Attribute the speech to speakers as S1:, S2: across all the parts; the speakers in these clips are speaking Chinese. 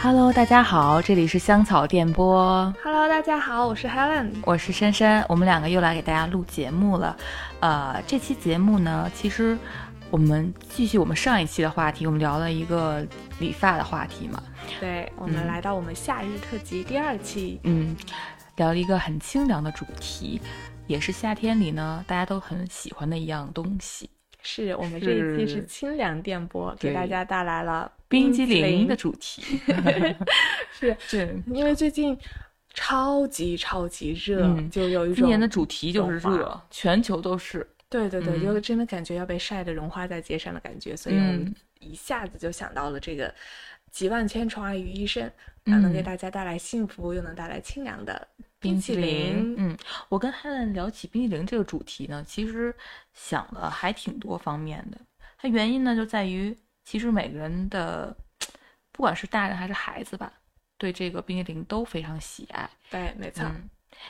S1: Hello，大家好，这里是香草电波，
S2: Hello，大家好，我是 Helen。
S1: 我是珊珊，我们两个又来给大家录节目了。呃，这期节目呢，其实我们继续我们上一期的话题，我们聊了一个理发的话题嘛，
S2: 对，我们
S1: 嗯
S2: 来到我们夏日特辑第二期。
S1: 嗯，聊了一个很清凉的主题，也是夏天里呢大家都很喜欢的一样东西
S2: 是我们这一期
S1: 是
S2: 是清凉电波，给
S1: 对
S2: 大家带来了
S1: ——冰激凌
S2: 凌
S1: 的。主题。
S2: 嗯是
S1: 是，
S2: 因为最近超级超级热，
S1: 嗯
S2: 就有一种
S1: 今年的主题就是
S2: 懂
S1: 热，全球都是。
S2: 对对对，
S1: 嗯
S2: 就真的感觉要被晒得融化在街上的感觉，所以我们
S1: 嗯
S2: 一下子就想到了这个集万千宠爱于一身，它能给
S1: 嗯
S2: 大家带来幸福，又能带来清凉的
S1: 冰
S2: 淇
S1: 淇
S2: 淋。
S1: 嗯，我跟 Helen 聊起冰淇淋这个主题呢，其实想了还挺多方面的。它原因呢，就在于其实每个人的，不管是大人还是孩子吧，对这个冰淇淋都非常喜爱。
S2: 对，没错。
S1: 嗯，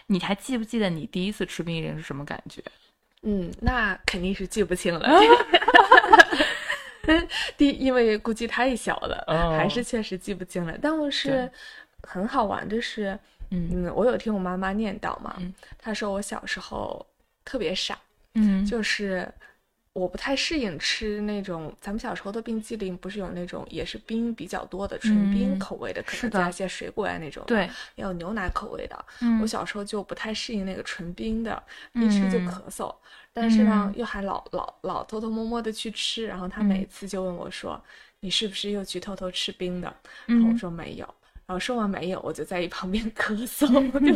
S1: 你还记不记得你第一次吃冰淇淋是什么感觉？
S2: 嗯，那肯定是记不清
S1: 啊
S2: 了。 第一，因为估计太小了，
S1: 哦
S2: 还是确实记不清了。但是
S1: 对
S2: 很好玩的是，
S1: 嗯
S2: 嗯，我有听我妈妈念叨嘛，
S1: 嗯
S2: 她说我小时候特别傻，
S1: 嗯，
S2: 就是我不太适应吃那种咱们小时候的冰激凌，不是有那种也是冰比较多的纯冰
S1: 嗯
S2: 口味的，可
S1: 是
S2: 能
S1: 的
S2: 加一些水果呀啊那种，，
S1: 对，
S2: 也有牛奶口味的。
S1: 嗯嗯
S2: 我小时候就不太适应那个纯冰的，一吃就咳嗽，但是呢，又还老老老偷偷摸摸的去吃，然后他每
S1: 嗯
S2: 次就问我说：“你是不是又去偷偷吃冰的？”然后我
S1: 嗯，
S2: 说没有，然后说完没有，我就在一旁边咳 嗽，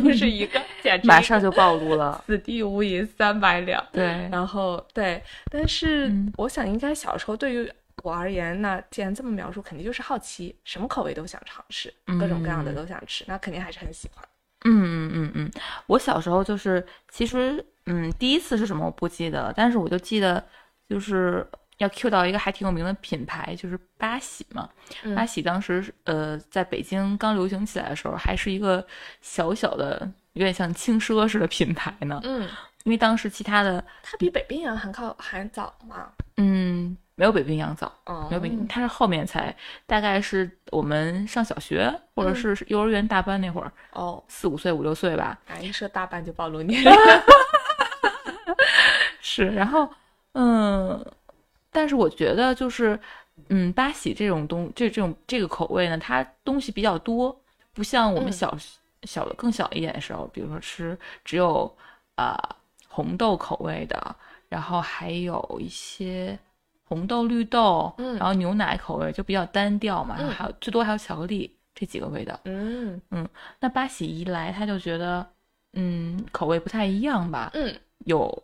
S2: 就是一个简直
S1: 马
S2: 一
S1: 上
S2: 个。
S1: 就暴露了
S2: 此地无银三百两。
S1: 对，
S2: 然后对，但是
S1: 嗯
S2: 我想应该小时候对于我而言，那既然这么描述，肯定就是好奇，什么口味都想尝试，各种各样的
S1: 嗯
S2: 都想吃，那肯定还是很喜欢。
S1: 嗯嗯嗯嗯，我小时候就是，其实嗯，第一次是什么我不记得，但是我就记得就是要 cue 到一个还挺有名的品牌，就是八喜嘛。
S2: 嗯
S1: 八喜当时是呃在北京刚流行起来的时候，还是一个小小的，有点像轻奢似的品牌呢。
S2: 嗯，
S1: 因为当时其他的
S2: 它比北冰洋还靠还早嘛。
S1: 嗯没有北冰洋早，
S2: 哦
S1: 没有北冰，它是后面才，大概是我们上小学或
S2: 嗯
S1: 者是幼儿园大班那会儿，
S2: 哦，
S1: 四五岁五六岁吧。
S2: 哎，一说大半就暴露年龄。
S1: 是，然后，嗯，但是我觉得就是，嗯，八喜这种东这这种这个口味呢，它东西比较多，不像我们
S2: 嗯
S1: 小、小的更小一点的时候，比如说吃只有呃红豆口味的，然后还有一些红豆、绿豆，
S2: 嗯
S1: 然后牛奶口味就比较单调嘛，然后
S2: 嗯
S1: 还有最多还有巧克力这几个味道。
S2: 嗯
S1: 那八喜一来，他就觉得，嗯，口味不太一样吧，
S2: 嗯，
S1: 有，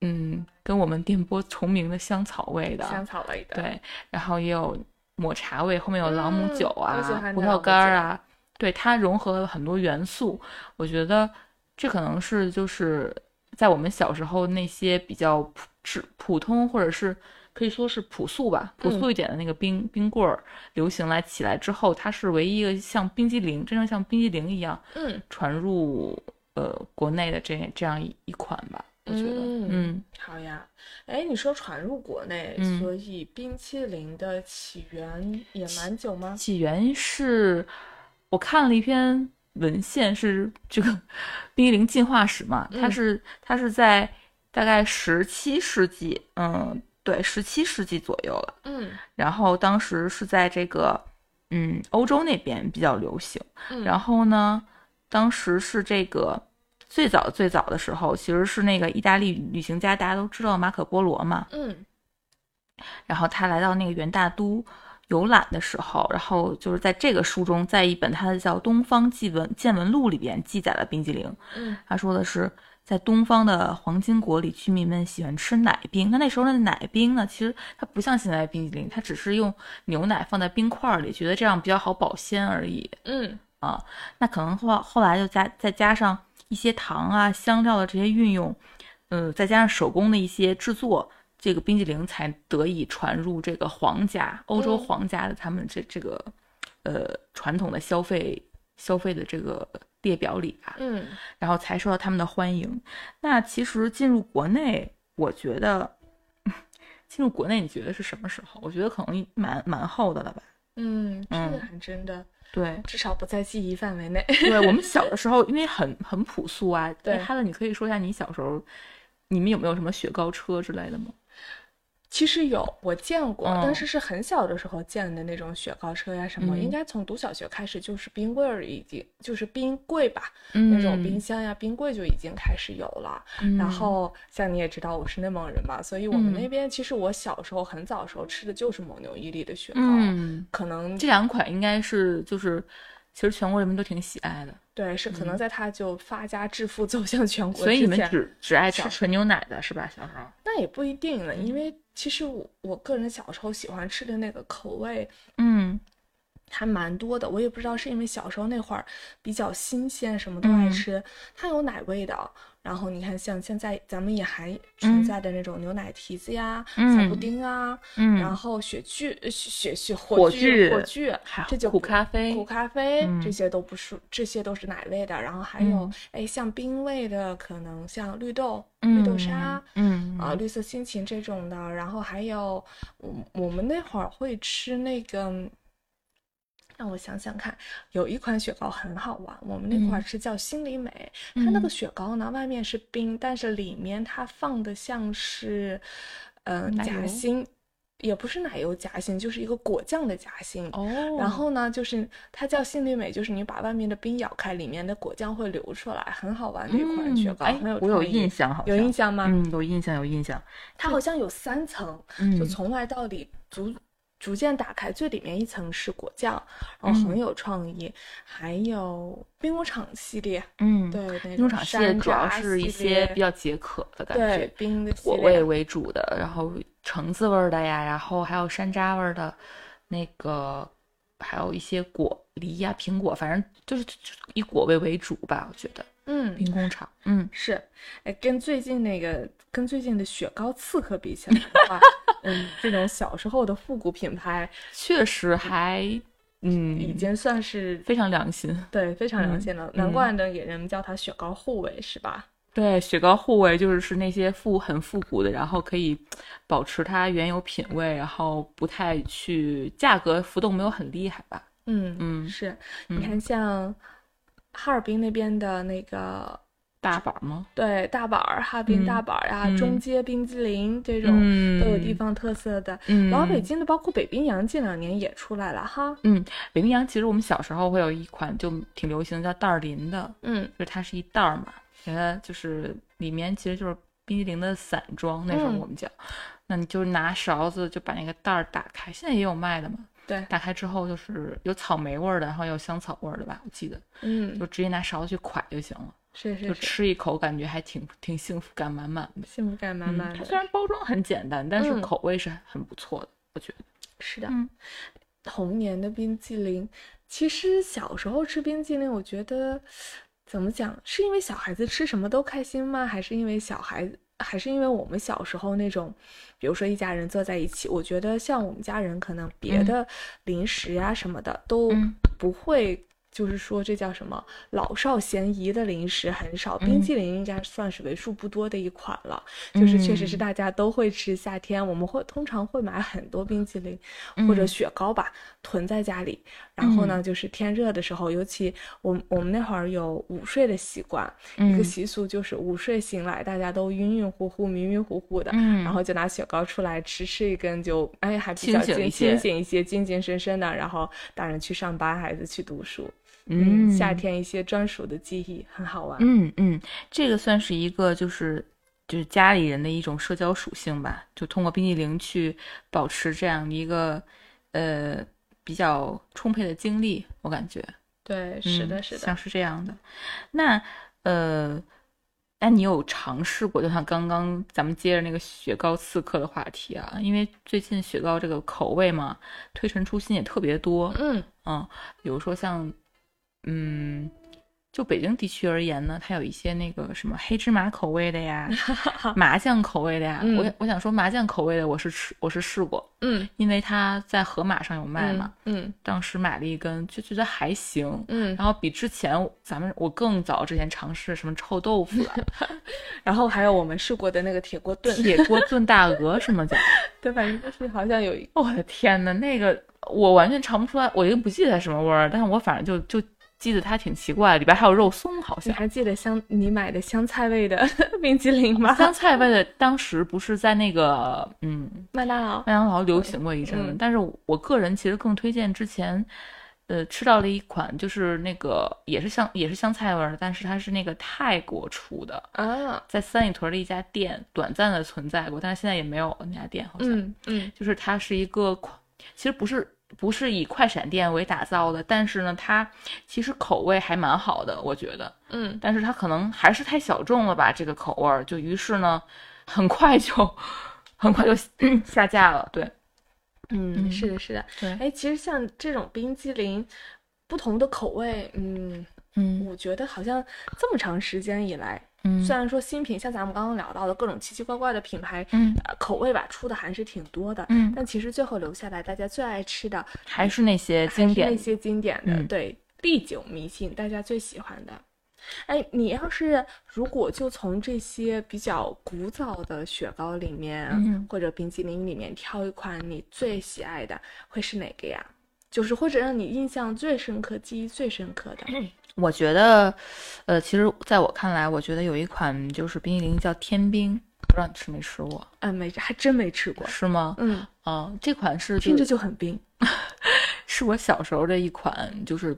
S1: 嗯，跟我们电波重名的香草味的，
S2: 嗯香草类的。，
S1: 对，然后也有抹茶味，后面有朗姆
S2: 嗯
S1: 酒
S2: 我喜
S1: 啊、
S2: 欢
S1: 葡
S2: 的
S1: 萄
S2: 朗姆
S1: 干儿
S2: 酒
S1: 啊，对，它融合了很多元素，我觉得这可能是就是在我们小时候那些比较普普普通或者是。可以说是朴素吧，朴
S2: 嗯
S1: 素一点的那个冰、冰棍儿流行来起来之后，它是唯一一个像冰激凌，真正像冰激凌一样
S2: 嗯，
S1: 传入呃国内的这这样一一款吧，我觉得，
S2: 嗯
S1: 嗯
S2: 好呀。哎，你说传入国内，
S1: 嗯
S2: 所以冰淇淋的起源也蛮久吗？
S1: 起源是我看了一篇文献，是这个冰激凌进化史嘛，它
S2: 嗯
S1: 是它是在大概十七世纪，嗯，对，十七世纪左右了。
S2: 嗯
S1: 然后当时是在这个嗯欧洲那边比较流行。
S2: 嗯
S1: 然后呢，当时是这个最早最早的时候，其实是那个意大利旅行家，大家都知道马可波罗嘛，
S2: 嗯
S1: 然后他来到那个元大都游览的时候，然后就是在这个书中，在一本他的叫《东方记闻见闻录》里边记载了冰激凌。
S2: 嗯
S1: 他说的是，在东方的黄金国里，居民们喜欢吃奶冰。那那时候的奶冰呢，其实它不像现在的冰激凌，它只是用牛奶放在冰块里，觉得这样比较好保鲜而已。
S2: 嗯
S1: 那可能后后来就加再加上一些糖啊、香料的这些运用，嗯，再加上手工的一些制作，这个冰激凌才得以传入这个皇家、欧洲
S2: 嗯
S1: 皇家的他们这这个呃传统的消费消费的这个列表里吧，
S2: 嗯
S1: 然后才受到他们的欢迎。那其实进入国内，我觉 得进入国内，你觉得是什么时候？我觉得可能蛮蛮后的了吧。
S2: 嗯，这个
S1: 嗯
S2: 还真的，
S1: 对，
S2: 至少不在记忆范围内。
S1: 对我们小的时候，因为很很朴素啊。
S2: 对
S1: 哈子，你可以说一下你小时候，你们有没有什么雪糕车之类的吗？
S2: 其实有我见过，
S1: 嗯
S2: 但是是很小的时候见的那种雪糕车呀、什么，
S1: 嗯
S2: 应该从读小学开始就是冰柜儿已经就是冰柜吧，
S1: 嗯
S2: 那种冰箱呀、冰柜就已经开始有了。然后像你也知道我是内蒙人嘛，所以我
S1: 嗯
S2: 们那边其实我小时候很早时候吃的就是蒙牛伊利的雪糕，
S1: 嗯，
S2: 可能
S1: 这两款应该是就是，其实全国人民都挺喜爱的，
S2: 对是可能在它就发家致富走向全国
S1: 嗯所以你
S2: 之
S1: 们
S2: 前
S1: 只只爱吃
S2: 小
S1: 纯牛奶的是吧？小时候，
S2: 那也不一定了，
S1: 嗯
S2: 因为其实我我个人小时候喜欢吃的那个口味
S1: 嗯
S2: 还蛮多的，我也不知道是因为小时候那会儿比较新鲜，什么都爱
S1: 嗯
S2: 吃，它有奶味的。然后你看，像现在咱们也还存
S1: 嗯
S2: 在的那种牛奶蹄子呀、小布
S1: 嗯
S2: 丁啊，然
S1: 嗯，
S2: 后雪剧、呃雪雪雪
S1: 火
S2: 炬、火
S1: 炬
S2: 炬
S1: 还，有
S2: 这就
S1: 苦
S2: 不
S1: 咖啡
S2: 苦咖啡这
S1: 嗯
S2: 些都不是，这些都是奶味的。然后还有
S1: 嗯，
S2: 哎，像冰味的，可能像绿豆、绿豆沙，
S1: 嗯
S2: 啊，绿色心情这种的，然后还有我我们那会儿会吃那个，让我想想看，有一款雪糕很好玩，我们那会儿
S1: 嗯
S2: 吃叫心里美，它那个
S1: 嗯
S2: 雪糕呢，外面是冰，但是里面它放的像是，嗯、
S1: 奶
S2: 夹
S1: 油
S2: 心，也不是奶油夹心，就是一个果酱的夹心。
S1: 哦，
S2: 然后呢，就是它叫心里美，就是你把外面的冰咬开，里面的果酱会流出来，很好玩的一款雪
S1: 嗯
S2: 糕，
S1: 哎
S2: 很有
S1: 我有
S2: 创意
S1: 印，象，好
S2: 有
S1: 像
S2: 印象吗？
S1: 嗯，有印象，有印象，
S2: 它好像有三层，
S1: 嗯
S2: 就从外到里逐逐渐打开，最里面一层是果酱，然后很
S1: 嗯
S2: 有创意。还有兵工厂系列，
S1: 嗯，
S2: 对，那
S1: 中
S2: 种
S1: 场系列
S2: 山
S1: 主要
S2: 楂
S1: 是一
S2: 系
S1: 些
S2: 列
S1: 比较解渴的感
S2: 对
S1: 觉，
S2: 冰的系
S1: 果
S2: 列
S1: 味为主的，然后橙子味儿的呀，然后还有山楂味儿的，那个还有一些果梨呀、苹果，反正就是就是以果味为主吧，我觉得
S2: 嗯。
S1: 兵工厂，嗯，
S2: 是，哎，跟最近那个跟最近的雪糕刺客比起来的 话，嗯，这种小时候的复古品牌
S1: 确实还嗯
S2: 已经算是、
S1: 非常良心，
S2: 对非常良
S1: 嗯
S2: 心了，难
S1: 嗯
S2: 怪呢，也人们叫它雪糕护卫是吧？
S1: 对，雪糕护卫就是是那些复很复古的，然后可以保持它原有品味，然后不太去价格浮动没有很厉害吧，
S2: 嗯
S1: 嗯
S2: 是，你看像哈尔滨那边的那个，
S1: 大板儿吗？
S2: 对，大板儿、哈尔滨大
S1: 嗯
S2: 板儿呀、
S1: 嗯
S2: 中街冰激凌这种
S1: 嗯，
S2: 都有地方特色的。
S1: 嗯，
S2: 然后北京的，包括北冰洋近两年也出来了哈。
S1: 北冰洋其实我们小时候会有一款就挺流行叫袋儿林的，
S2: 嗯
S1: 就是它是一袋儿嘛，给它就是里面其实就是冰激凌的散装，那时候
S2: 嗯
S1: 我们叫，那你就拿勺子就把那个袋儿打开，现在也有卖的嘛。
S2: 对
S1: 打开之后就是有草莓味儿的，然后有香草味儿的吧，我记得，
S2: 嗯
S1: 就，直接拿勺子去㧟就行了，
S2: 是是，
S1: 就是吃一口，感觉还挺挺幸福感满满的。
S2: 幸福感满
S1: 嗯
S2: 满
S1: 它
S2: 的。
S1: 虽然包装很简单，但是
S2: 嗯
S1: 口味是很不错的，我觉得。
S2: 是的，
S1: 嗯
S2: 童年的冰激凌，其实小时候吃冰激凌，我觉得怎么讲，是因为小孩子吃什么都开心吗？还是因为小孩子？还是因为我们小时候那种，比如说一家人坐在一起，我觉得像我们家人可能别
S1: 嗯
S2: 的零食呀、什么的、都
S1: 嗯
S2: 不会，就是说这叫什么老少咸宜的零食很少，冰
S1: 嗯
S2: 激凌应该算是为数不多的一款了。就是确实是
S1: 嗯
S2: 大家都会吃，夏天我们会通常会买很多冰淇淋或者
S1: 嗯
S2: 雪糕吧，囤在家里。然后呢，就是天热的时候，尤其我们我们那会儿有午睡的习惯，一个
S1: 嗯
S2: 习俗就是午睡醒来，大家都晕晕乎乎、迷迷糊糊的，
S1: 嗯，
S2: 然后就拿雪糕出来吃，吃一根就哎还比
S1: 清
S2: 较
S1: 醒
S2: 精
S1: 一
S2: 清
S1: 些
S2: 醒一些、精精神神的。然后大人去上班，孩子去读书，
S1: 嗯
S2: 夏天一些专属的记忆很好玩。
S1: 嗯嗯，这个算是一个就是就是家里人的一种社交属性吧，就通过冰激凌去保持这样的一个呃比较充沛的精力，我感觉，
S2: 对，是的，
S1: 嗯
S2: 是的。
S1: 像是这样的。那呃，那你有尝试过？就像刚刚咱们接着那个雪糕刺客的话题啊，因为最近雪糕这个口味嘛，推陈出新也特别多，
S2: 嗯，
S1: 嗯，比如说像，嗯，就北京地区而言呢，它有一些那个什么黑芝麻口味的 呀，麻酱口味的呀。
S2: 嗯
S1: 我我想说麻酱口味的，我是吃我是试过，
S2: 嗯，
S1: 因为它在盒马上有卖嘛，
S2: 嗯
S1: 当时买了一根，就觉得还行。
S2: 嗯，
S1: 然后比之前咱们我更早之前尝试什么臭豆腐 啊、
S2: 然后还有我们试过的那个铁锅炖，
S1: 铁锅炖大鹅什么的，
S2: 对，反正就是好像有一
S1: 我的天呐，那个我完全尝不出来，我已经不记得它什么味儿，但是我反正就就记得它挺奇怪，里边还有肉松，好
S2: 你
S1: 像。
S2: 还记得香你买的香菜味的 冰激凌吗？
S1: 香菜味的当时不是在那个嗯
S2: 麦当劳，
S1: 麦当劳流行过一阵子，
S2: 嗯
S1: 但是我个人其实更推荐之前，呃，吃到了一款就是那个也是香也是香菜味儿的，但是它是那个泰国出的，
S2: 啊，
S1: 在三里屯的一家店短暂的存在过，但是现在也没有那家店好像。
S2: 嗯嗯
S1: 就是它是一个快，其实不是不是以快闪店为打造的，但是呢，它其实口味还蛮好的，我觉得，
S2: 嗯，
S1: 但是它可能还是太小众了吧，这个口味儿，就于是呢， 很快就 很快就 下架了，对
S2: 嗯，
S1: 嗯
S2: 是的，是的。
S1: 对，
S2: 哎，其实像这种冰激凌，不同的口味，嗯，
S1: 嗯
S2: 我觉得好像这么长时间以来，
S1: 嗯
S2: 虽然说新品，像咱们刚刚聊到的各种奇奇怪怪的品牌，
S1: 嗯
S2: 呃口味吧，出的还是挺多的。
S1: 嗯，
S2: 但其实最后留下来，大家最爱吃的
S1: 还是那些
S2: 还
S1: 经
S2: 是那
S1: 典，
S2: 些经典的，
S1: 嗯
S2: 对，历久弥新，大家最喜欢的。哎，你要是如果就从这些比较古早的雪糕里面，
S1: 嗯
S2: 或者冰激凌里面挑一款你最喜爱的，会是哪个呀？就是或者让你印象最深刻、记忆最深 刻的。
S1: 我觉得，呃，其实在我看来，我觉得有一款就是冰激凌叫天冰，不知道你吃没吃过，
S2: 啊，没，还真没吃过。
S1: 是吗？
S2: 嗯，
S1: 哦，这款是就
S2: 听着就很冰。
S1: 是我小时候的一款，就是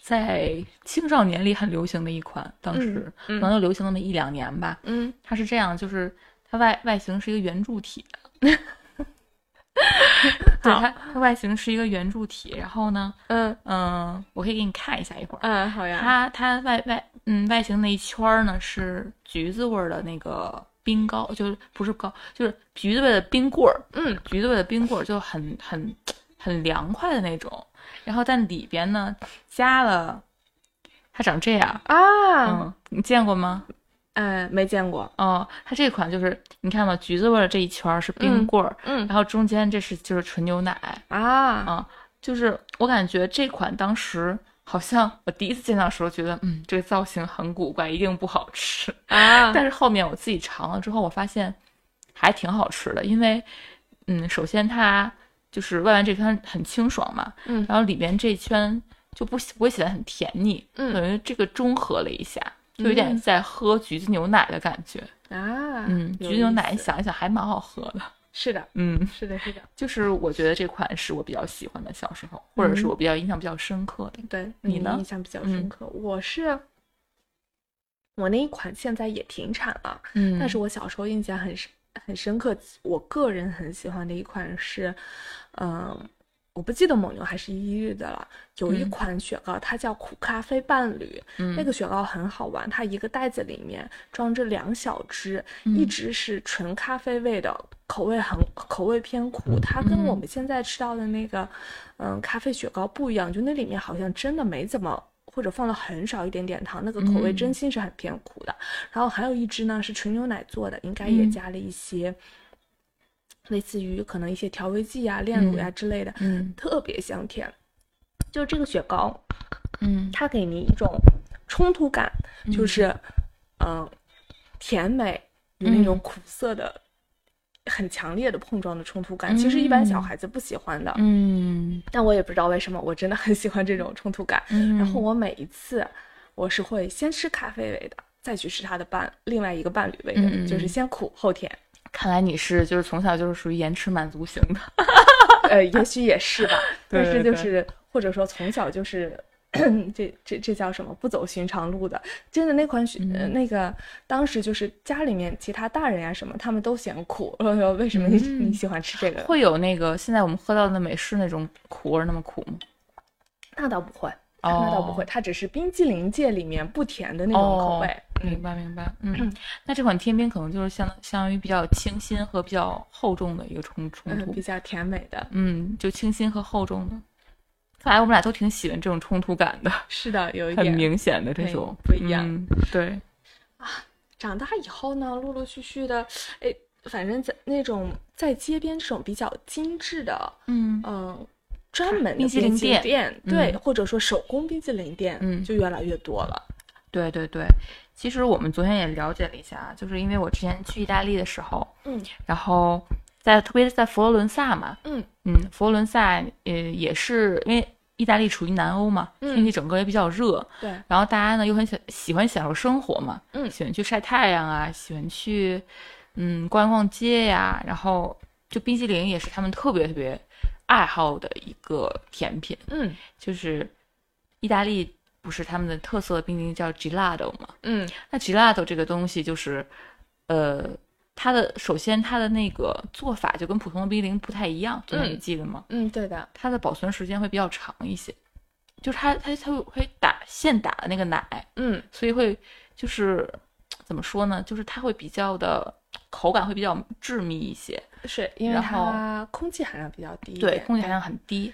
S1: 在青少年里很流行的一款，当时、
S2: 嗯嗯
S1: 可能就流行那么一两年吧。
S2: 嗯，
S1: 它是这样，就是它外外形是一个圆柱体 的，对
S2: 好
S1: 它它外形是一个圆柱体，然后呢，
S2: 嗯
S1: 嗯、我可以给你看一下一会儿。
S2: 嗯，好呀。
S1: 它它外外嗯外形那一圈儿呢是橘子味儿的那个冰糕，就是不是糕，就是橘子味的冰棍儿，
S2: 嗯
S1: 橘子味的冰棍儿就很很很凉快的那种，然后但里边呢加了，它长这样，
S2: 啊，
S1: 嗯，你见过吗？
S2: 嗯，没见过。
S1: 哦，它这款就是你看嘛，橘子味儿的这一圈儿是冰棍儿，
S2: 嗯
S1: 然后中间这是就是纯牛奶，
S2: 啊，
S1: 啊，就是我感觉这款当时好像我第一次见到的时候觉得，嗯，这个造型很古怪，一定不好吃。
S2: 啊
S1: 但是后面我自己尝了之后，我发现还挺好吃的，因为，嗯，首先它就是外面这圈很清爽嘛，
S2: 嗯
S1: 然后里边这圈就不不会显得很甜腻，
S2: 嗯
S1: 等于这个中和了一下，就有点
S2: 嗯
S1: 在喝橘子牛奶的感觉，
S2: 啊，
S1: 嗯，
S2: 有
S1: 橘子牛
S2: 意
S1: 奶
S2: 思
S1: 想一想还蛮好喝的，
S2: 是的，
S1: 嗯。
S2: 是的，是的，
S1: 就是我觉得这款是我比较喜欢的，小时候或者
S2: 嗯
S1: 是我比较印象比较深刻的。
S2: 对
S1: 你
S2: 嗯
S1: 呢
S2: 印象比较
S1: 嗯
S2: 深刻。我是我那一款现在也停产了，
S1: 嗯
S2: 但是我小时候印象很深很深刻，我个人很喜欢的一款是，嗯。我不记得蒙牛还是一日的了，有一
S1: 嗯
S2: 款雪糕，它叫苦咖啡伴侣，那
S1: 那
S2: 个雪糕很好玩，它一个袋子里面装着两小只，一
S1: 嗯
S2: 直是纯咖啡味的，口味很口味偏苦。它跟我
S1: 嗯
S2: 们现在吃到的那个，嗯，咖啡雪糕不一样，就那里面好像真的没怎么。或者放了很少一点点糖，那个口味真
S1: 嗯
S2: 心是很偏苦的。然后还有一只呢是纯牛奶做的，应该也
S1: 嗯
S2: 加了一些，类似于可能一些调味剂呀、炼乳呀、之类的，
S1: 嗯
S2: 特别香甜。就这个雪糕，
S1: 嗯
S2: 它给你一种冲突感，就是嗯、呃甜美与那种苦涩的、很强烈的碰撞的冲突感。其实一般小
S1: 嗯
S2: 孩子不喜欢的，
S1: 嗯
S2: 但我也不知道为什么，我真的很喜欢这种冲突感。
S1: 嗯，
S2: 然后我每一次我是会先吃咖啡味的，再去吃它的伴另外一个伴侣味的，
S1: 嗯嗯
S2: 就是
S1: 嗯
S2: 先苦后甜。
S1: 看来你是就是从小就是属于延迟满足型的。
S2: 呃，也许也是 吧，
S1: 对
S2: 但是
S1: 对对
S2: 就是或者说从小就是 这这这叫什么不走寻常路的，真的那款雪、呃、
S1: 嗯
S2: 那个当时就是家里面其他大人呀、什么，他们都嫌苦， 然后说为什么你、
S1: 嗯
S2: 你喜欢吃这个？
S1: 会有那个现在我们喝到的美式那种苦味儿那么苦吗？
S2: 那倒不会，啊那倒不会，
S1: 哦
S2: 它只是冰激凌界里面不甜的那种口
S1: 哦
S2: 味。
S1: 明白明白，嗯，那这款天边可能就是相相当于比较清新和比较厚重的一个冲冲
S2: 嗯，
S1: 突
S2: 比，较甜美的，
S1: 嗯，就清新和厚重的，看来我们俩都挺喜欢这种冲突感的，
S2: 是的，有一
S1: 很
S2: 点
S1: 明显的这
S2: 对
S1: 种
S2: 不一样
S1: 嗯对，
S2: 长大以后呢，陆陆续续的，哎，反正在那种在街边这种比较精致的，
S1: 嗯
S2: 嗯，专门的
S1: 冰淇淋
S2: 店，
S1: 店
S2: 对，
S1: 嗯
S2: 或者说手工冰淇淋店，
S1: 嗯
S2: 就越来越多了。
S1: 对对对。其实我们昨天也了解了一下，啊就是因为我之前去意大利的时候，
S2: 嗯
S1: 然后在特别是在佛罗伦萨嘛，
S2: 嗯
S1: 嗯，佛罗伦萨呃也是因为意大利处于南欧嘛，
S2: 嗯
S1: 天气整个也比较热，
S2: 对，
S1: 然后大家呢又很喜喜欢享受生活嘛，
S2: 嗯
S1: 喜欢去晒太阳啊，喜欢去嗯逛逛街呀、然后就冰淇淋也是他们特别特别爱好的一个甜品，
S2: 嗯
S1: 就是意大利不是他们的特色冰淇淋叫 gelato 嘛，
S2: 嗯
S1: 那 gelato 这个东西就是呃。它的首先，它的那个做法就跟普通的冰淇淋不太一样，昨天
S2: 嗯
S1: 你记得吗？
S2: 嗯，对的，
S1: 它的保存时间会比较长一些，就是它它它会打现打的那个奶，
S2: 嗯
S1: 所以会就是怎么说呢？就是它会比较的口感会比较致密一些，
S2: 是因为
S1: 然后
S2: 它空气含量比较低一
S1: 对，
S2: 点
S1: 空气含量很低。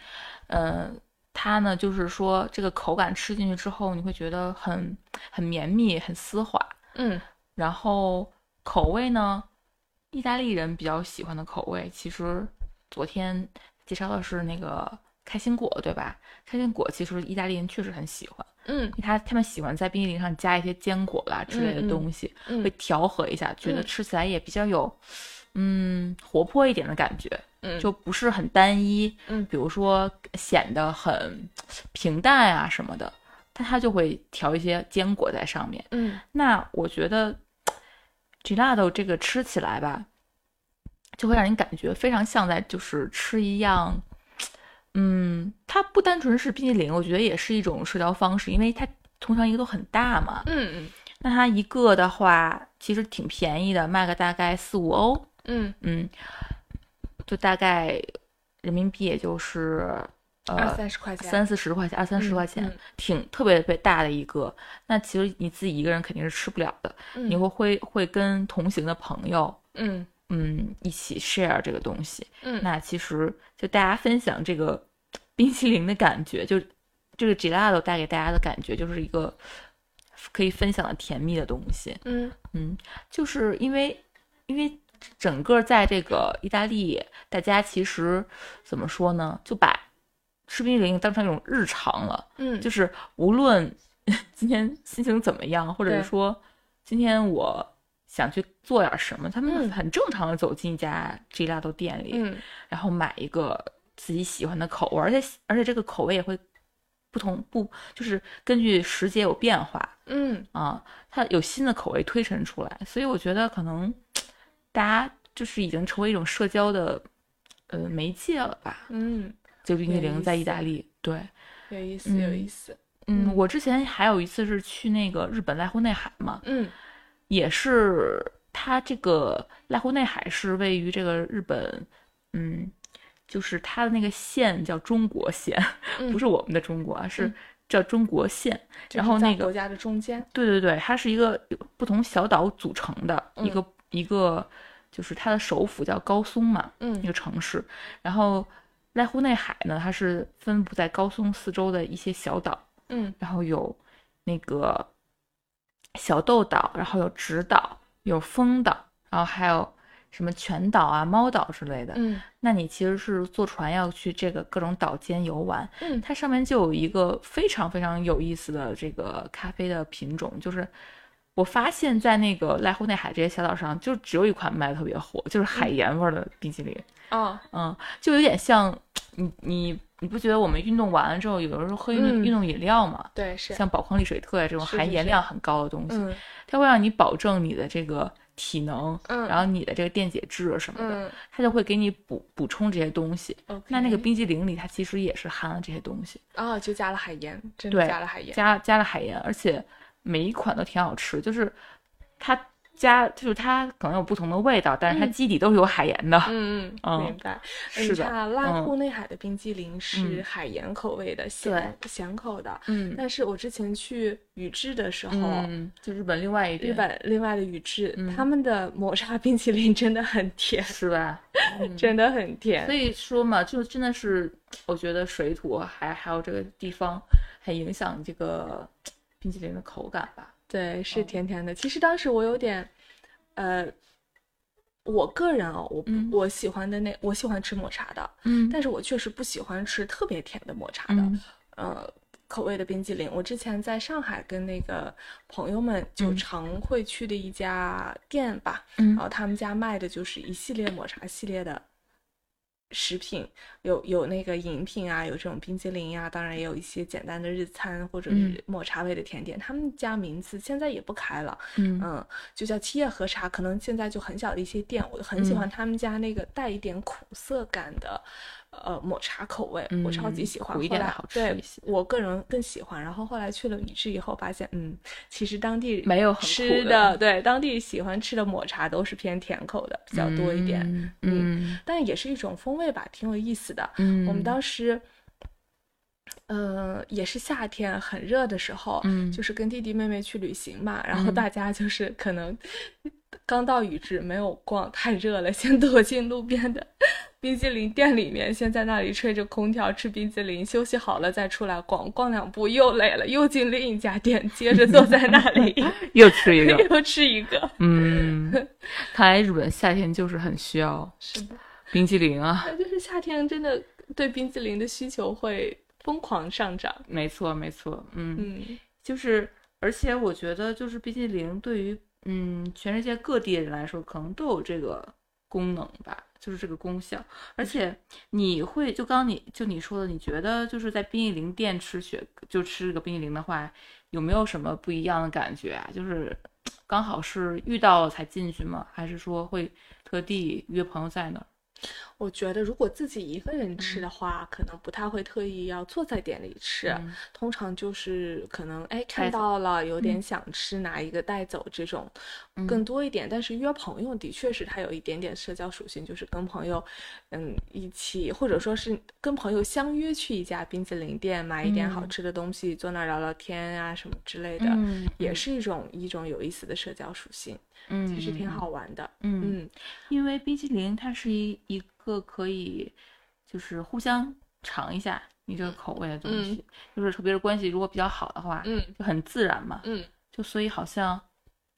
S1: 呃，它呢就是说这个口感吃进去之后，你会觉得很很绵密、很丝滑。
S2: 嗯
S1: 然后口味呢，意大利人比较喜欢的口味，其实昨天介绍的是那个开心果，对吧？开心果其实意大利人确实很喜欢，
S2: 嗯
S1: 因为他他们喜欢在冰淇淋上加一些坚果啦之类
S2: 嗯嗯
S1: 的东西，会
S2: 嗯
S1: 调和一下，觉得
S2: 嗯
S1: 吃起来也比较有，嗯，活泼一点的感觉，
S2: 嗯
S1: 就不是很单一，
S2: 嗯
S1: 比如说呃显得很平淡啊什么的，但它就会调一些坚果在上面。
S2: 嗯
S1: 那我觉得呃 gelato 这个吃起来吧，就会让人感觉非常像在就是吃一样，嗯，它不单纯是冰淇淋，我觉得也是一种社交方式，因为它通常一个都很大嘛，
S2: 嗯
S1: 那它一个的话其实挺便宜的，卖个大概四五欧，
S2: 嗯
S1: 嗯，就大概人民币也就是
S2: 二
S1: 呃
S2: 三十块钱，
S1: 三四十块钱，二三十
S2: 嗯
S1: 块钱，
S2: 嗯
S1: 挺特别特别大的一个。那其实你自己一个人肯定是吃不了的，
S2: 嗯
S1: 你会会会跟同行的朋友，
S2: 嗯
S1: 嗯，一起 share 这个东西。
S2: 嗯
S1: 那其实就大家分享这个冰淇淋的感觉，就这个 gelato 带给大家的感觉，就是一个可以分享的甜蜜的东西。
S2: 嗯
S1: 嗯，就是因为因为整个在这个意大利，大家其实怎么说呢，就把吃冰淇淋当成一种日常了。
S2: 嗯
S1: 就是无论 今天心情怎么样，或者
S2: 对
S1: 是说今天我想去做点什么，他
S2: 嗯
S1: 们很正常的走进一家 gelato 店里，
S2: 嗯
S1: 然后买一个自己喜欢的口味，而且而且这个口味也会不同，不就是根据时节有变化
S2: 嗯
S1: 啊，它有新的口味推陈出来，所以我觉得可能大家就是已经成为一种社交的呃媒介了吧，
S2: 嗯，
S1: 就冰淇
S2: 有意
S1: 淋在意
S2: 思
S1: 大利，对。
S2: 有意思有
S1: 嗯
S2: 意思，
S1: 嗯，
S2: 嗯
S1: 我之前还有一次是去那个日本濑户内海嘛，
S2: 嗯
S1: 也是它这个濑户内海是位于这个日本，嗯，就是它的那个县叫中国县，
S2: 嗯
S1: 不是我们的中国啊，是
S2: 嗯
S1: 叫中国县。
S2: 就是
S1: 然后
S2: 在
S1: 那个
S2: 国家的中间，
S1: 对对对，它是一个有不同小岛组成的一
S2: 嗯
S1: 个、一个，就是它的首府叫高松嘛，
S2: 嗯
S1: 一个城市。然后濑户内海呢，它是分布在高松四周的一些小岛。
S2: 嗯
S1: 然后有那个小豆岛，然后有直岛，有风岛，然后还有什么全岛啊、猫岛之类的。
S2: 嗯
S1: 那你其实是坐船要去这个各种岛间游玩，
S2: 嗯
S1: 它上面就有一个非常非常有意思的这个咖啡的品种，就是。我发现，在那个濑户内海这些小岛上，就只有一款卖的特别火，就是海盐味儿的冰淇淋。
S2: 哦
S1: 嗯，就有点像你你你不觉得我们运动完了之后，有的时候喝运动、
S2: 嗯
S1: 运动饮料嘛？
S2: 对是
S1: 像宝矿力水特呀这种
S2: 是
S1: 含
S2: 是
S1: 盐
S2: 是
S1: 量很高的东西，
S2: 嗯
S1: 它会让你保证你的这个体能，
S2: 嗯
S1: 然后你的这个电解质啊什么的，
S2: 嗯
S1: 它就会给你补补充这些东西。
S2: OK
S1: 那那个冰激凌里它其实也是含了这些东西，
S2: 哦就加了海盐，真的
S1: 对，
S2: 加了海盐，
S1: 加加了海盐，而且每一款都挺好吃，就是它加就是它可能有不同的味道，但是它基底都是有海盐的。
S2: 嗯
S1: 嗯
S2: 明白。哎
S1: 是
S2: 你
S1: 的
S2: 看啊，拉
S1: 嗯
S2: 库内海的冰激凌是海盐口味的，咸咸口的。
S1: 嗯
S2: 但是我之前去宇治的时候，
S1: 嗯，就日本另外一边，
S2: 日本另外的宇治，
S1: 嗯
S2: 他们的抹茶冰淇淋真的很甜，
S1: 是吧？嗯
S2: 真的很甜。
S1: 所以说嘛，就真的是，我觉得水土还还有这个地方，很影响这个冰淇淋的口感吧。
S2: 对，是
S1: 嗯
S2: 甜甜的。其实当时我有点，呃，我个人啊、我、
S1: 嗯
S2: 我喜欢的那我喜欢吃抹茶的，
S1: 嗯
S2: 但是我确实不喜欢吃特别甜的抹茶的，
S1: 嗯
S2: 呃，口味的冰激凌。我之前在上海跟那个朋友们就
S1: 嗯
S2: 常会去的一家店吧，然
S1: 嗯
S2: 后他们家卖的就是一系列抹茶系列的食品，有有那个饮品啊，有这种冰激凌呀、当然也有一些简单的日餐或者
S1: 嗯
S2: 是抹茶味的甜点。他们家名字现在也不开了，
S1: 嗯
S2: 嗯，就叫七叶和茶，可能现在就很小的一些店，我就很喜
S1: 嗯
S2: 欢他们家那个带一点苦涩感的，呃，抹茶口味，我超级
S1: 嗯
S2: 喜欢。
S1: 苦一
S2: 后
S1: 点的
S2: 来
S1: 好吃
S2: 对
S1: 一些
S2: 我个人更喜欢。然后后来去了宇治以后，发现嗯，其实当地
S1: 没有很苦
S2: 吃
S1: 的
S2: 对当地喜欢吃的抹茶都是偏甜口的比较多一点，
S1: 嗯
S2: 但也是一种风味吧，挺有意思的。
S1: 嗯，
S2: 我们当时，呃，也是夏天很热的时候，
S1: 嗯
S2: 就是跟弟弟妹妹去旅行嘛，然后
S1: 嗯
S2: 大家就是可能刚到宇治没有逛，太热了，先躲进路边的冰激凌店里面，先在那里吹着空调吃冰激凌，休息好了再出来逛，逛两步又累了，又进另一家店，接着坐在那里
S1: 又吃一个，
S2: 又吃一个，
S1: 嗯， 看来日本夏天就是很需要
S2: 是的，
S1: 冰淇淋啊。
S2: 就是夏天真的对冰激凌的需求会疯狂上涨，
S1: 没错，没错，嗯，
S2: 嗯
S1: 就是，而且我觉得，就是冰淇淋对于嗯全世界各地的人来说，可能都有这个功能吧，就是这个功效。
S2: 嗯
S1: 而且你会，就刚你就你说的，你觉得就是在冰淇淋店吃雪，就吃这个冰淇淋的话，有没有什么不一样的感觉啊？就是刚好是遇到了才进去吗？还是说会特地约朋友在那儿？
S2: 我觉得如果自己一个人吃的话，可能不太会特意要坐在店里吃，
S1: 嗯
S2: 通常就是可能哎
S1: 带
S2: 看
S1: 走
S2: 到了有点想吃，拿一个带走这种
S1: 嗯
S2: 更多一点。但是约朋友的确是它有一点点社交属性，就是跟朋友嗯一起，或者说是跟朋友相约去一家冰淇淋店买一点好
S1: 嗯
S2: 吃的东西，坐那儿聊聊天啊什么之类的，
S1: 嗯
S2: 也是一种一种有意思的社交属性，
S1: 嗯，
S2: 其实挺
S1: 嗯
S2: 好玩的。
S1: 嗯
S2: 嗯
S1: 因为冰淇淋它是一一个可以就是互相尝一下你这个口味的东
S2: 嗯
S1: 西，就是特别是关系如果比较好的话，
S2: 嗯
S1: 就很自然嘛，
S2: 嗯，
S1: 就所以好像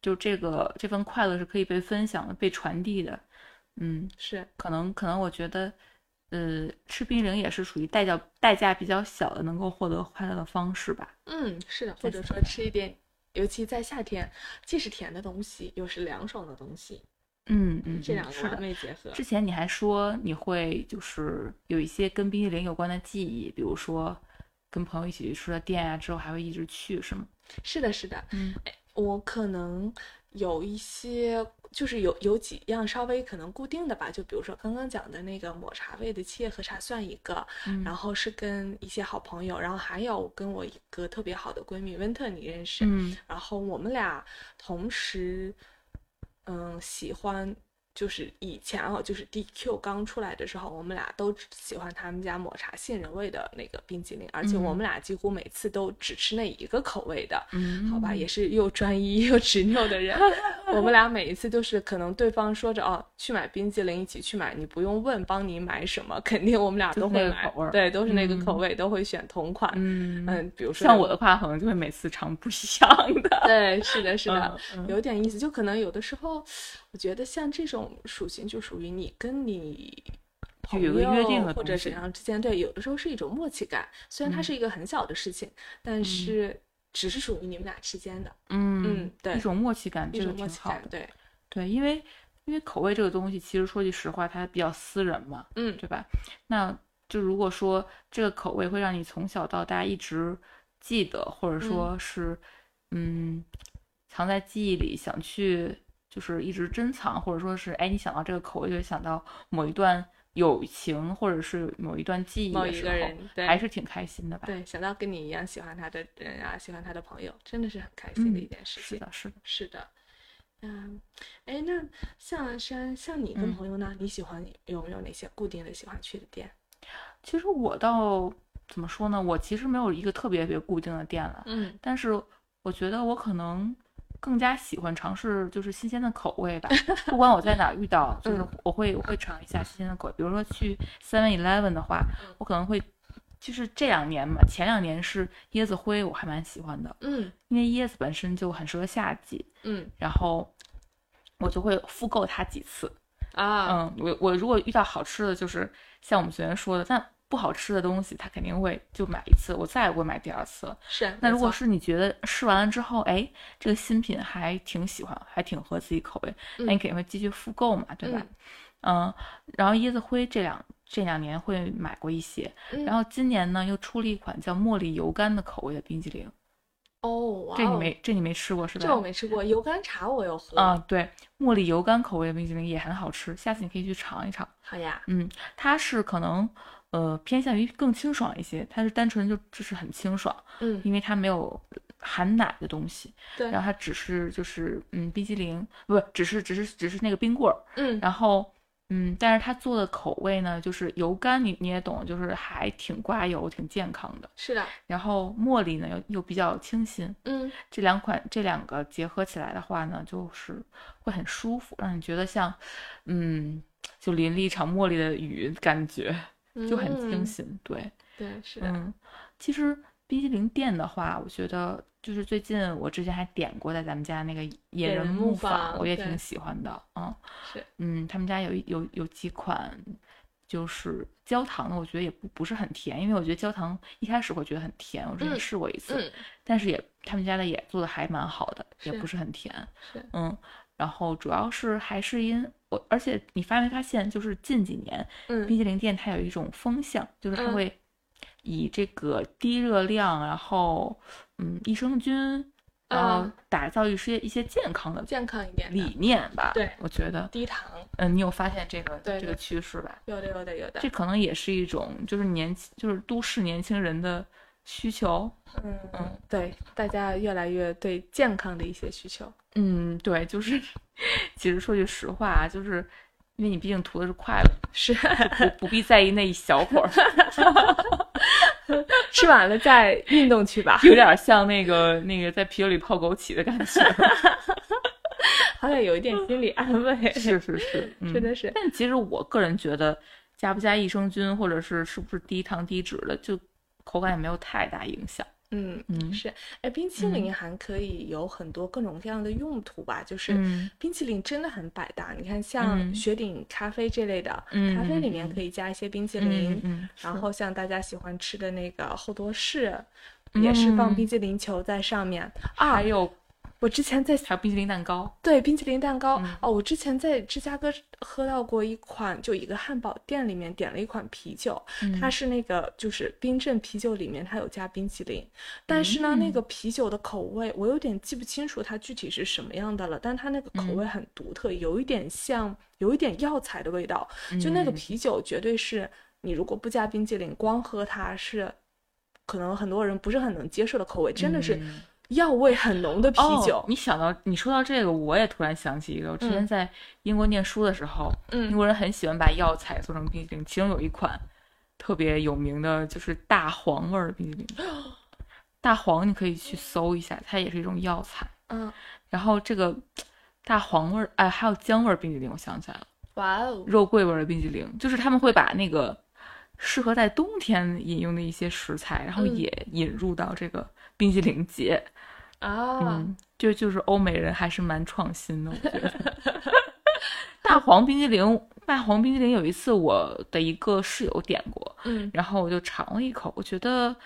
S1: 就这个这份快乐是可以被分享的、被传递的，嗯，
S2: 是。
S1: 可能可能我觉得。呃，吃冰淇淋也是属于代价代价比较小的，能够获得快乐的方式吧。
S2: 嗯，是的，
S1: 在
S2: 或者
S1: 夏
S2: 说吃一点，尤其在夏天，既是甜的东西，又是凉爽的东西，
S1: 嗯嗯，
S2: 这
S1: 嗯
S2: 两个
S1: 是的
S2: 完美结合。
S1: 之前你还说你会就是有一些跟冰淇淋有关的记忆，比如说跟朋友一起去吃的店啊，之后还会一直去，是吗？
S2: 是的，是的，
S1: 嗯
S2: 我可能有一些，就是有有几样稍微可能固定的吧，就比如说刚刚讲的那个抹茶味的七叶和茶算一个，
S1: 嗯
S2: 然后是跟一些好朋友，然后还有跟我一个特别好的闺蜜温特，你认识，
S1: 嗯
S2: 然后我们俩同时，嗯，喜欢就是以前啊，就是 DQ 刚出来的时候，我们俩都只喜欢他们家抹茶杏仁味的那个冰激凌，而且我
S1: 嗯
S2: 们俩几乎每次都只吃那一个口味的。
S1: 嗯
S2: 好吧，也是又专一又执拗 的人。我们俩每一次都是可能对方说着哦，去买冰激凌，一起去买，你不用问，帮你买什么，肯定我们俩
S1: 就
S2: 都
S1: 是那
S2: 会
S1: 个
S2: 买
S1: 口味儿，
S2: 对，都是那个
S1: 嗯
S2: 口味，都会选同款。
S1: 嗯
S2: 嗯，比如说
S1: 像
S2: 有
S1: 我的话，可能就会每次尝不一样的。
S2: 对，是的，是的，
S1: 嗯嗯
S2: 有点意思。就可能有的时候，我觉得像这种属性，就属于你跟你
S1: 就
S2: 朋
S1: 有
S2: 友
S1: 一个约定的
S2: 或
S1: 东
S2: 者怎
S1: 西
S2: 样之间，对，有的时候是一种默契感。虽然它
S1: 嗯
S2: 是一个很小的事情，但是只是属于你们俩之间的
S1: 嗯
S2: 嗯对
S1: 一种默契感，这
S2: 一
S1: 个
S2: 种
S1: 挺
S2: 默契
S1: 好
S2: 感。
S1: 的。
S2: 对，
S1: 对，因为因为口味这个东西，其实说句实话，它比较私人嘛。
S2: 嗯，
S1: 对吧？那就如果说这个口味会让你从小到大一直记得，或者说是嗯藏在记忆里，想去就是一直珍藏，或者说是哎，你想到这个口味就会想到某一段友情，或者是某一段记忆
S2: 某
S1: 的
S2: 一
S1: 时
S2: 个人
S1: 候，，
S2: 对，
S1: 还是挺开心的吧？
S2: 对，想到跟你一样喜欢他的人啊，喜欢他的朋友，真的是很开心的一件事
S1: 嗯是
S2: 情。
S1: 的，是的，
S2: 是的，嗯，哎，那象山，像你跟
S1: 嗯
S2: 朋友呢，你喜欢有没有哪些固定的喜欢去的店？
S1: 其实我倒怎么说呢，我其实没有一个特别特别固定的店了，
S2: 嗯，
S1: 但是我觉得我可能更加喜欢尝试就是新鲜的口味 吧。不管我在哪儿遇到，就是
S2: 嗯
S1: 我会我会尝一下新鲜的口味。比如说去 Seven Eleven 的话，
S2: 嗯
S1: 我可能会就是这两年嘛，前两年是椰子灰，我还蛮喜欢的，
S2: 嗯
S1: 因为椰子本身就很适合夏季，
S2: 嗯
S1: 然后我就会复购它几次。
S2: 啊，
S1: 嗯，我我如果遇到好吃的，就是像我们学员说的，但不好吃的东西，他肯定会就买一次，我再也不会买第二次了。
S2: 是。
S1: 那
S2: 没
S1: 如果
S2: 错
S1: 是你觉得试完了之后，哎，这个新品还挺喜欢，还挺合自己口味，那
S2: 嗯
S1: 你肯定会继续复购嘛，对吧？嗯，然后椰子灰这两这两年会买过一些，
S2: 嗯
S1: 然后今年呢又出了一款叫茉莉油柑的口味的冰激凌，
S2: 哦，哇
S1: 这你
S2: 哦
S1: 没这你没吃过是吧？
S2: 这我没吃过，油甘茶我有喝。
S1: 啊、对，茉莉油柑口味的冰激凌也很好吃，下次你可以去尝一尝。
S2: 好呀，
S1: 嗯，它是可能呃偏向于更清爽一些，它是单纯就就是很清爽，
S2: 嗯，
S1: 因为它没有含奶的东西，
S2: 对
S1: 然后它只是就是嗯冰激凌，不只是只是只是那个冰棍儿，
S2: 嗯
S1: 然后嗯，但是它做的口味呢，就是油柑你你也懂，就是还挺刮油，挺健康的，
S2: 是的，
S1: 然后茉莉呢又又比较清新，
S2: 嗯
S1: 这两款这两个结合起来的话呢，就是会很舒服，让你觉得像，嗯，就淋了一场茉莉的雨，感觉就很清
S2: 嗯
S1: 新。对，
S2: 对，啊是的，
S1: 嗯，其实冰激凌店的话，我觉得就是最近我之前还点过在咱们家那个野
S2: 野
S1: 人
S2: 人
S1: 木
S2: 木
S1: 坊，
S2: 坊
S1: 我也
S2: 对
S1: 挺喜欢的。嗯
S2: 是，
S1: 嗯，他们家有一有有几款就是焦糖的，我觉得也不不是很甜，因为我觉得焦糖一开始会觉得很甜，我之前
S2: 嗯
S1: 试过一次。
S2: 嗯
S1: 但是也他们家的也做的还蛮好的，也
S2: 是
S1: 不是很甜，
S2: 是
S1: 嗯，然后主要是还是因我，而且你发没发现，就是近几年冰
S2: 嗯
S1: 激凌店它有一种风向，就是它
S2: 嗯
S1: 会以这个低热量，然后嗯益生菌，然后
S2: 啊
S1: 打造一些一些健康的
S2: 健康一点的，
S1: 理念吧，
S2: 对
S1: 我觉得，
S2: 低糖，
S1: 嗯，你有发现这个
S2: 对
S1: 这个趋势吧？
S2: 有的有的有的
S1: 这，可能也是一种就是年轻就是都市年轻人的需求，
S2: 嗯，对，大家越来越对健康的一些需求，
S1: 嗯，对，就是， 其实说句实话啊，就是因为你毕竟图的是快乐，
S2: 是
S1: 不不必在意那一小会儿，
S2: 吃完了再运动去 吧，
S1: 有点像那个那个在啤酒里泡枸杞的感觉。
S2: 好歹有一点心理安 慰，
S1: 是是是，嗯。
S2: 真的是，
S1: 但其实我个人觉得，加不加益生菌，或者是是不是低糖低脂的，就口感也没有太大影响。
S2: 嗯。
S1: 嗯
S2: 是，哎，冰淇淋还可以有很多各种各样的用途吧，就是
S1: 嗯
S2: 冰淇淋真的很百搭。你看，像
S1: 嗯
S2: 雪顶咖啡这类的，
S1: 嗯，
S2: 咖啡里面
S1: 嗯
S2: 可以加一些冰淇
S1: 嗯嗯
S2: 淋，
S1: 嗯，
S2: 然
S1: 是
S2: 后像大家喜欢吃的那个厚多士，也是放
S1: 嗯
S2: 冰淇淋球在上面啊
S1: 还。有
S2: 我之前在
S1: 还有冰淇淋蛋糕，
S2: 对冰淇淋蛋糕
S1: 嗯
S2: 哦，我之前在芝加哥喝到过一款，就一个汉堡店里面点了一款啤酒，它
S1: 嗯
S2: 是那个就是冰镇啤酒里面它有加冰淇淋，但是呢，那
S1: 嗯
S2: 个啤酒的口味我有点记不清楚它具体是什么样的了，但它那个口
S1: 嗯
S2: 味很独特，有一点像有一点药材的味道，就那个
S1: 嗯
S2: 啤酒绝对是你如果不加冰激凌，光喝它是可能很多人不是很能接受的口味，真的是
S1: 嗯
S2: 药味很浓的啤
S1: 哦
S2: 酒。。
S1: 你想到你说到这个，我也突然想起一个，我之前
S2: 嗯
S1: 在英国念书的时候，英
S2: 嗯
S1: 国人很喜欢把药材做成冰激凌，其中有一款特别有名的就是大黄味儿的冰激 凌。大黄你可以去搜一下，它也是一种药材。
S2: 嗯，
S1: 然后这个大黄味儿，哎，还有姜味儿冰激凌，我想起来了，
S2: 哇哦，
S1: 肉桂味儿的冰激凌，就是他们会把那个适合在冬天饮用的一些食材，然后
S2: 嗯
S1: 也引入到这个冰激凌节。
S2: 啊，
S1: 嗯，就就是欧美人还是蛮创新的，我觉得。大黄冰激凌，大黄冰激凌有一次我的一个室友点过，
S2: 嗯
S1: 然后我就尝了一口，我觉得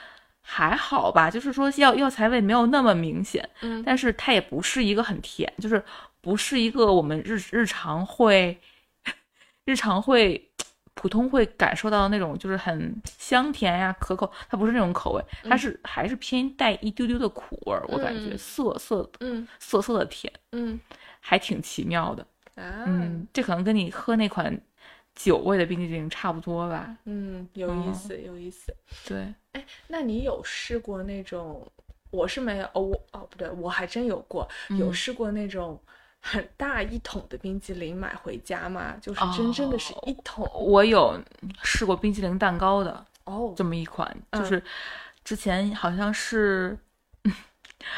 S1: 还好吧，就是说药药材味没有那么明显，
S2: 嗯
S1: 但是它也不是一个很甜，就是不是一个我们日日常会 日常会普通会感受到的那种就是很香甜呀、可口，它不是那种口味，它
S2: 嗯
S1: 是、还是偏带一丢丢的苦味儿，我感觉
S2: 嗯
S1: 涩涩
S2: 嗯
S1: 涩涩的甜，
S2: 嗯
S1: 还挺奇妙的。
S2: 啊，
S1: 嗯，这可能跟你喝那款酒味的冰激凌差不多吧？
S2: 嗯，有意
S1: 哦
S2: 思，有意思。
S1: 对，
S2: 那你有试过那种？我是没有，哦，我哦不对，我还真有过，有
S1: 嗯
S2: 试过那种很大一桶的冰激凌买回家吗？就是真正的是一桶
S1: 我有试过冰淇淋蛋糕的
S2: 哦
S1: 这么一款，
S2: 嗯
S1: 就是之前好像是，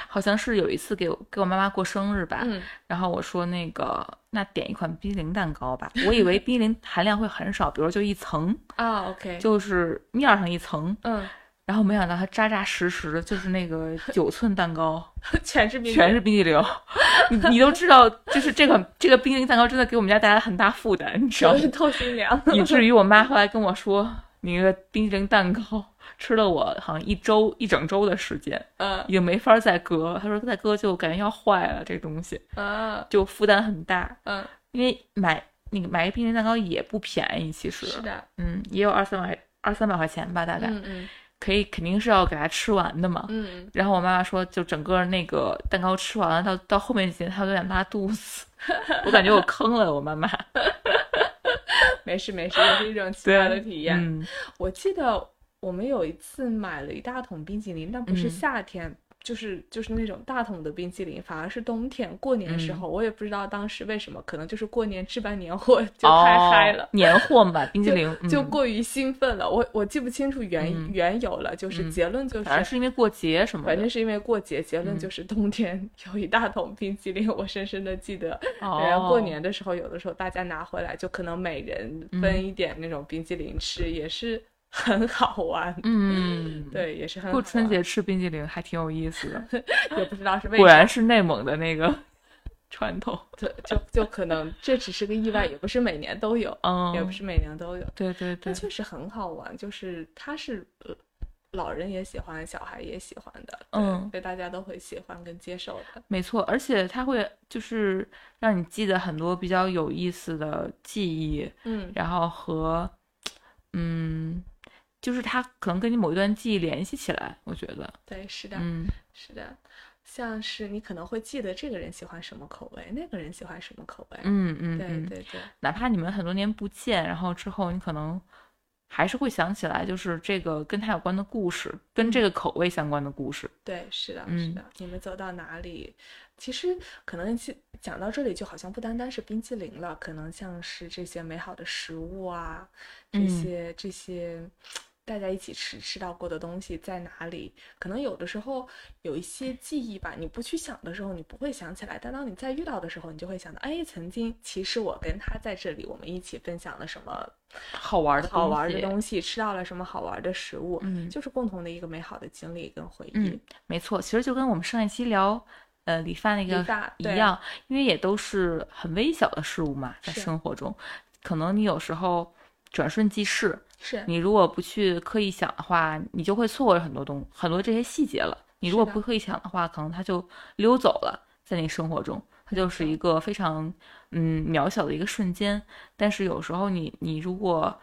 S1: 好像是有一次给我给我妈妈过生日吧，
S2: 嗯
S1: 然后我说那个那点一款冰激凌蛋糕吧， 我以为冰激凌含量会很少，比如就一层，
S2: 啊，OK，
S1: 就是面儿上一层，
S2: 嗯，
S1: 然后没想到它扎扎实实的，就是那 个九寸蛋糕，
S2: 全是冰激
S1: 全是冰激凌， 你你都知道，就是这款这个冰激凌蛋糕真的给我们家带来很大负担，你知道
S2: 都
S1: 吗？
S2: 是透心凉。
S1: 以至于我妈后来跟我说，你那个冰激凌蛋糕吃了我好像一周一整周的时间，
S2: 嗯
S1: 已经没法再搁。她说再搁就感觉要坏了，这东西
S2: 嗯
S1: 就负担很大。
S2: 嗯，
S1: 因为买那个买个冰激凌蛋糕也不便宜，其实，
S2: 是的，
S1: 嗯，也有二三百二三百块钱吧，大概、
S2: 嗯嗯
S1: 可以肯定是要给它吃完的嘛。
S2: 嗯，
S1: 然后我妈妈说，就整个那个蛋糕吃完了，到到后面几天她有点拉肚 子，我感觉我坑了我妈妈。
S2: 没事没事，也是一种奇
S1: 对，
S2: 妙的体验。
S1: 嗯
S2: 我记得我们有一次买了一大桶冰淇淋，但不是
S1: 嗯
S2: 夏天，就是就是那种大桶的冰淇淋，反而是冬天过年时
S1: 嗯
S2: 候，我也不知道当时为什么，可能就是过年置办年货 就太嗨了
S1: 哦。，年货嘛，冰激凌
S2: 就
S1: 嗯
S2: 过于兴奋了，我我记不清楚原、
S1: 嗯
S2: 缘由了，就是
S1: 嗯
S2: 结论就是，
S1: 反正是因为过节什么的，
S2: 反正是因为过节，结论
S1: 嗯
S2: 就是冬天有一大桶冰淇淋，我深深的记得。
S1: 哦，
S2: 然后过年的时候，有的时候大家拿回来就可能每人分
S1: 嗯
S2: 一点那种冰淇淋吃，也是很好玩。
S1: 嗯，，
S2: 对，也是很好
S1: 过
S2: 玩。
S1: 春节吃冰激凌还挺有意思 的，
S2: 也不知道是为
S1: 果
S2: 啥，
S1: 然是内蒙的那 个传统，
S2: 对就就可能这只是个意外，也不是每年都有，
S1: 嗯，
S2: 也不是每年都有，
S1: 对对对
S2: 但，确实很好玩。就是它是呃老人也喜欢，小孩也喜欢的，对
S1: 嗯
S2: 所以大家都会喜欢跟接受的。
S1: 没错，而且它会就是让你记得很多比较有意思的记忆，
S2: 嗯
S1: 然后和嗯，就是它可能跟你某一段记忆联系起来，我觉得，
S2: 对，是的，
S1: 嗯
S2: 是的。像是你可能会记得这个人喜欢什么口味，那个人喜欢什么口味，
S1: 嗯嗯
S2: 对
S1: 嗯，
S2: 对对，
S1: 哪怕你们很多年不见，然后之后你可能还是会想起来，就是这个跟它有关的故事，跟
S2: 嗯
S1: 这个口味相关的故事。
S2: 对，是的，是
S1: 嗯
S2: 的。你们走到哪里，其实可能其讲到这里，就好像不单单是冰淇淋了，可能像是这些美好的食物啊，这
S1: 嗯
S2: 些、这些大家一起吃吃到过的东西在哪里？可能有的时候有一些记忆吧，你不去想的时候，你不会想起来，但当你再遇到的时候，你就会想到，哎，曾经其实我跟他在这里，我们一起分享了什么
S1: 好玩的
S2: 好玩的
S1: 西。
S2: 东西，吃到了什么好玩的食物，
S1: 嗯
S2: 就是共同的一个美好的经历跟回忆。
S1: 嗯，没错，其实就跟我们上一期聊。呃，理发那
S2: 理发
S1: 个一
S2: 对
S1: 样，因为也都是很微小的事物嘛，在
S2: 是
S1: 生活中，可能你有时候转瞬即逝，
S2: 是，
S1: 你如果不去刻意想的话，你就会错过很多东很多这些细节了。你如
S2: 是
S1: 果
S2: 的
S1: 不刻意想的话，可能它就溜走了，在你生活中，它
S2: 没
S1: 就是
S2: 错
S1: 一个非常嗯渺小的一个瞬间。但是有时候你你如果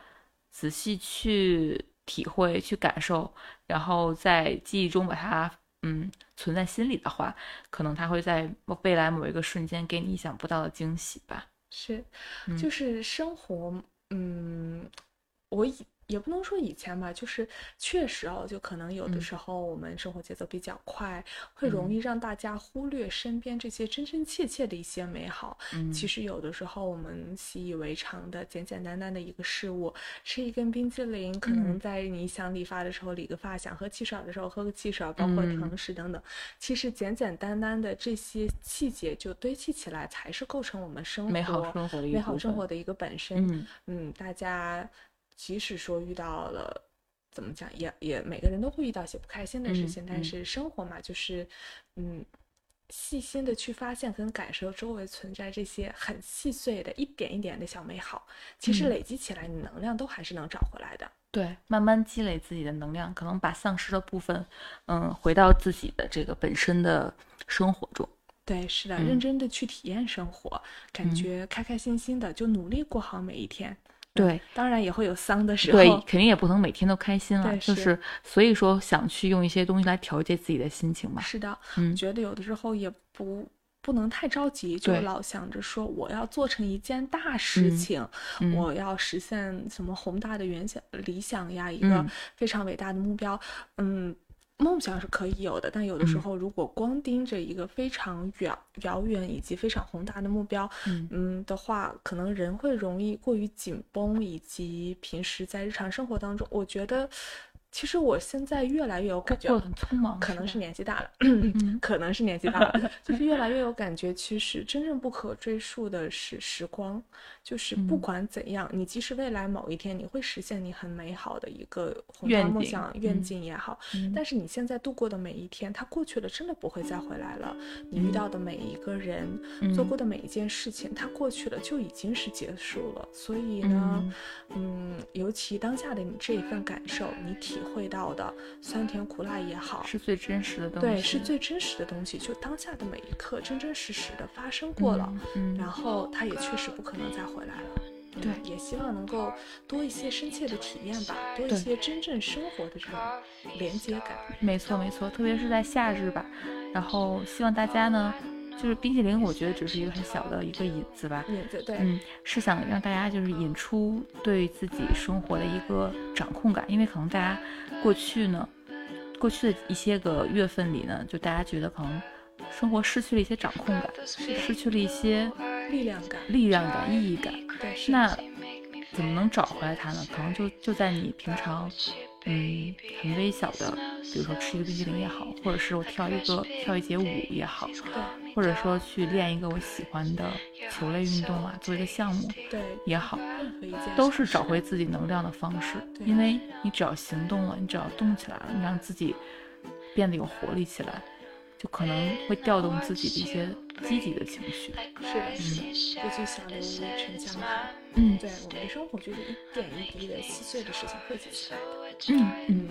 S1: 仔细去体会、去感受，然后在记忆中把它嗯存在心里的话，可能它会在未来某一个瞬间给你意想不到的惊喜吧。
S2: 是，
S1: 嗯
S2: 就是生活，嗯，我以也不能说以前吧，就是确实哦，就可能有的
S1: 嗯
S2: 时候我们生活节奏比较快，会容易让大家忽略身边这些真真切切的一些美好。
S1: 嗯，
S2: 其实有的时候我们习以为常的简简单单的一个事物，吃一根冰激凌，可能
S1: 嗯
S2: 在你想理发的时候理个发，想喝汽水的时候喝个汽水，包括
S1: 嗯
S2: 糖食等等。其实简简单单的这些细节就堆砌起来，才是构成我们生活
S1: 美好生活的一
S2: 美
S1: 部
S2: 好生
S1: 分
S2: 活的一个本身。
S1: 嗯
S2: 嗯，大家即使说遇到了。怎么讲也也每个人都会遇到一些不开心的事
S1: 嗯
S2: 情，但
S1: 嗯
S2: 是生活嘛，就是，嗯，细心的去发现跟感受周围存在这些很细碎的一点一点的小美好，其实
S1: 嗯
S2: 累积起来，你能量都还是能找回来的。
S1: 对，慢慢积累自己的能量，可能把丧失的部分，嗯，回到自己的这个本身的生活中。
S2: 对，是的，
S1: 嗯
S2: 认真的去体验生活，感
S1: 嗯
S2: 觉开开心心的，就努力过好每一天。
S1: 对
S2: 当然也会有丧的时
S1: 对，
S2: 候，
S1: 嗯肯定也不能每天都开心了，
S2: 对
S1: 就是是所以说想去用一些东西来调节自己的心情嘛。
S2: 是的，
S1: 嗯
S2: 觉得有的时候也不不能太着急，就
S1: 对
S2: 老想着说我要做成一件大事
S1: 嗯
S2: 情，
S1: 嗯
S2: 我要实现什么宏大的原想理想呀，一个
S1: 嗯
S2: 非常伟大的目标，嗯。梦想是可以有的，但有的时
S1: 嗯
S2: 候如果光盯着一个非常远、遥远以及非常宏大的目标，
S1: 嗯
S2: 嗯的话，可能人会容易过于紧绷，以及平时在日常生活当中，我觉得，其实我现在越来越有感觉
S1: 过得，很匆忙，
S2: 可能
S1: 是
S2: 是
S1: 吧
S2: 年纪大了，
S1: 嗯
S2: 可能是年纪大了， 就是越来越有感觉。其实真正不可追溯的是时光，就是不
S1: 嗯
S2: 管怎样，你即使未来某一天你会实现你很美好的一个宏
S1: 愿
S2: 大梦
S1: 景
S2: 想愿
S1: 嗯
S2: 景也好，
S1: 嗯
S2: 但是你现在度过的每一天，它过去了，真的不会再回来了。你遇到的每一个人，
S1: 嗯
S2: 做过的每一件事情，它过去了就已经是结束了。所以呢，嗯尤其当下的你这一份感受，你体会到的酸甜苦辣也好，
S1: 是最真实的东西，
S2: 对，是最真实的东西，就当下的每一刻，真真实实的发生过了。
S1: 嗯，
S2: 然后它也确实不可能再回来了。嗯
S1: 对
S2: 也希望能够多一些深切的体验吧，多一
S1: 对
S2: 些真正生活的这种连接感。
S1: 没错没错，特别是在夏日吧，然后希望大家呢，就是冰淇淋，我觉得只是一个很小的一个引子吧，
S2: 也对对，
S1: 嗯，是想让大家就是引出对自己生活的一个掌控感，因为可能大家过去呢，过去的一些个月份里呢，就大家觉得可能生活失去了一些掌控感，失去了一些
S2: 力量感。
S1: 力量感、意义感。
S2: 对，是
S1: 那怎么能找回来它呢？可能就就在你平常，嗯，很微小的，比如说吃一个冰淇淋也好，或者是我跳一个跳一节舞也好，
S2: 对
S1: 或者说去练一个我喜欢的球类运动啊，做一个项目
S2: 对，
S1: 也好，
S2: 任何一件事
S1: 都是找回自己能量的方式。
S2: 对
S1: 因为你只要行动了，你只要动起来了，你让自己变得有活力起来，就可能会调动自己的一些积极的情绪。
S2: 是的，一句小流于沉江海。
S1: 嗯
S2: 对我们的生活就是一点一滴的细碎的事情汇集起来的。
S1: 嗯嗯，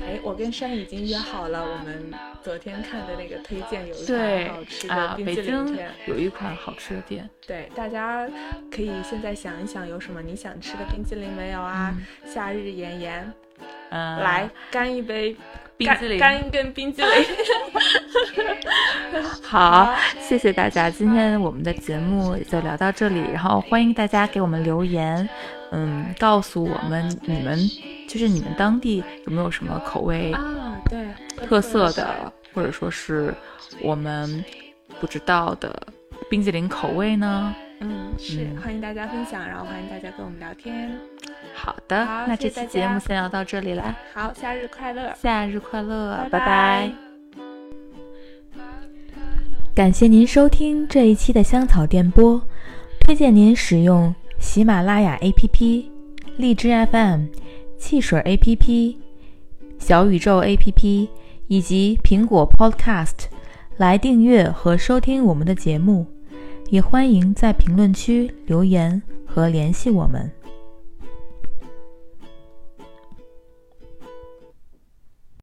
S2: 哎，我跟山已经约好了，我们昨天看的那个推荐有一
S1: 对
S2: 款好吃的
S1: 啊，
S2: 冰
S1: 北
S2: 淇淋
S1: 京
S2: 片。
S1: 有一款好吃的店，
S2: 对，大家可以现在想一想，有什么你想吃的冰淇淋没有啊？
S1: 嗯
S2: 夏日炎炎，
S1: 呃，
S2: 来干一杯
S1: 冰
S2: 干
S1: 淇淋
S2: 干一根冰淇淋。
S1: 好，谢谢大家，今天我们的节目也就聊到这里，然后欢迎大家给我们留言，嗯，告诉我们你们就是你们当地有没有什么口味
S2: 啊，对，
S1: 特色的，或者说是我们不知道的冰淇淋口味呢？
S2: 嗯，是
S1: 嗯
S2: 欢迎大家分享，然后欢迎大家跟我们聊天。
S1: 好的，
S2: 好
S1: 那
S2: 谢
S1: 这
S2: 谢
S1: 期
S2: 大
S1: 节
S2: 家
S1: 目先聊到这里啦，
S2: 好，夏日快乐，
S1: 夏日快乐，
S2: 拜拜
S3: 感谢您收听这一期的香草电波，推荐您使用喜马拉雅 APP、荔枝 FM、汽水 APP、小宇宙 APP 以及苹果 Podcast 来订阅和收听我们的节目，也欢迎在评论区留言和联系我们。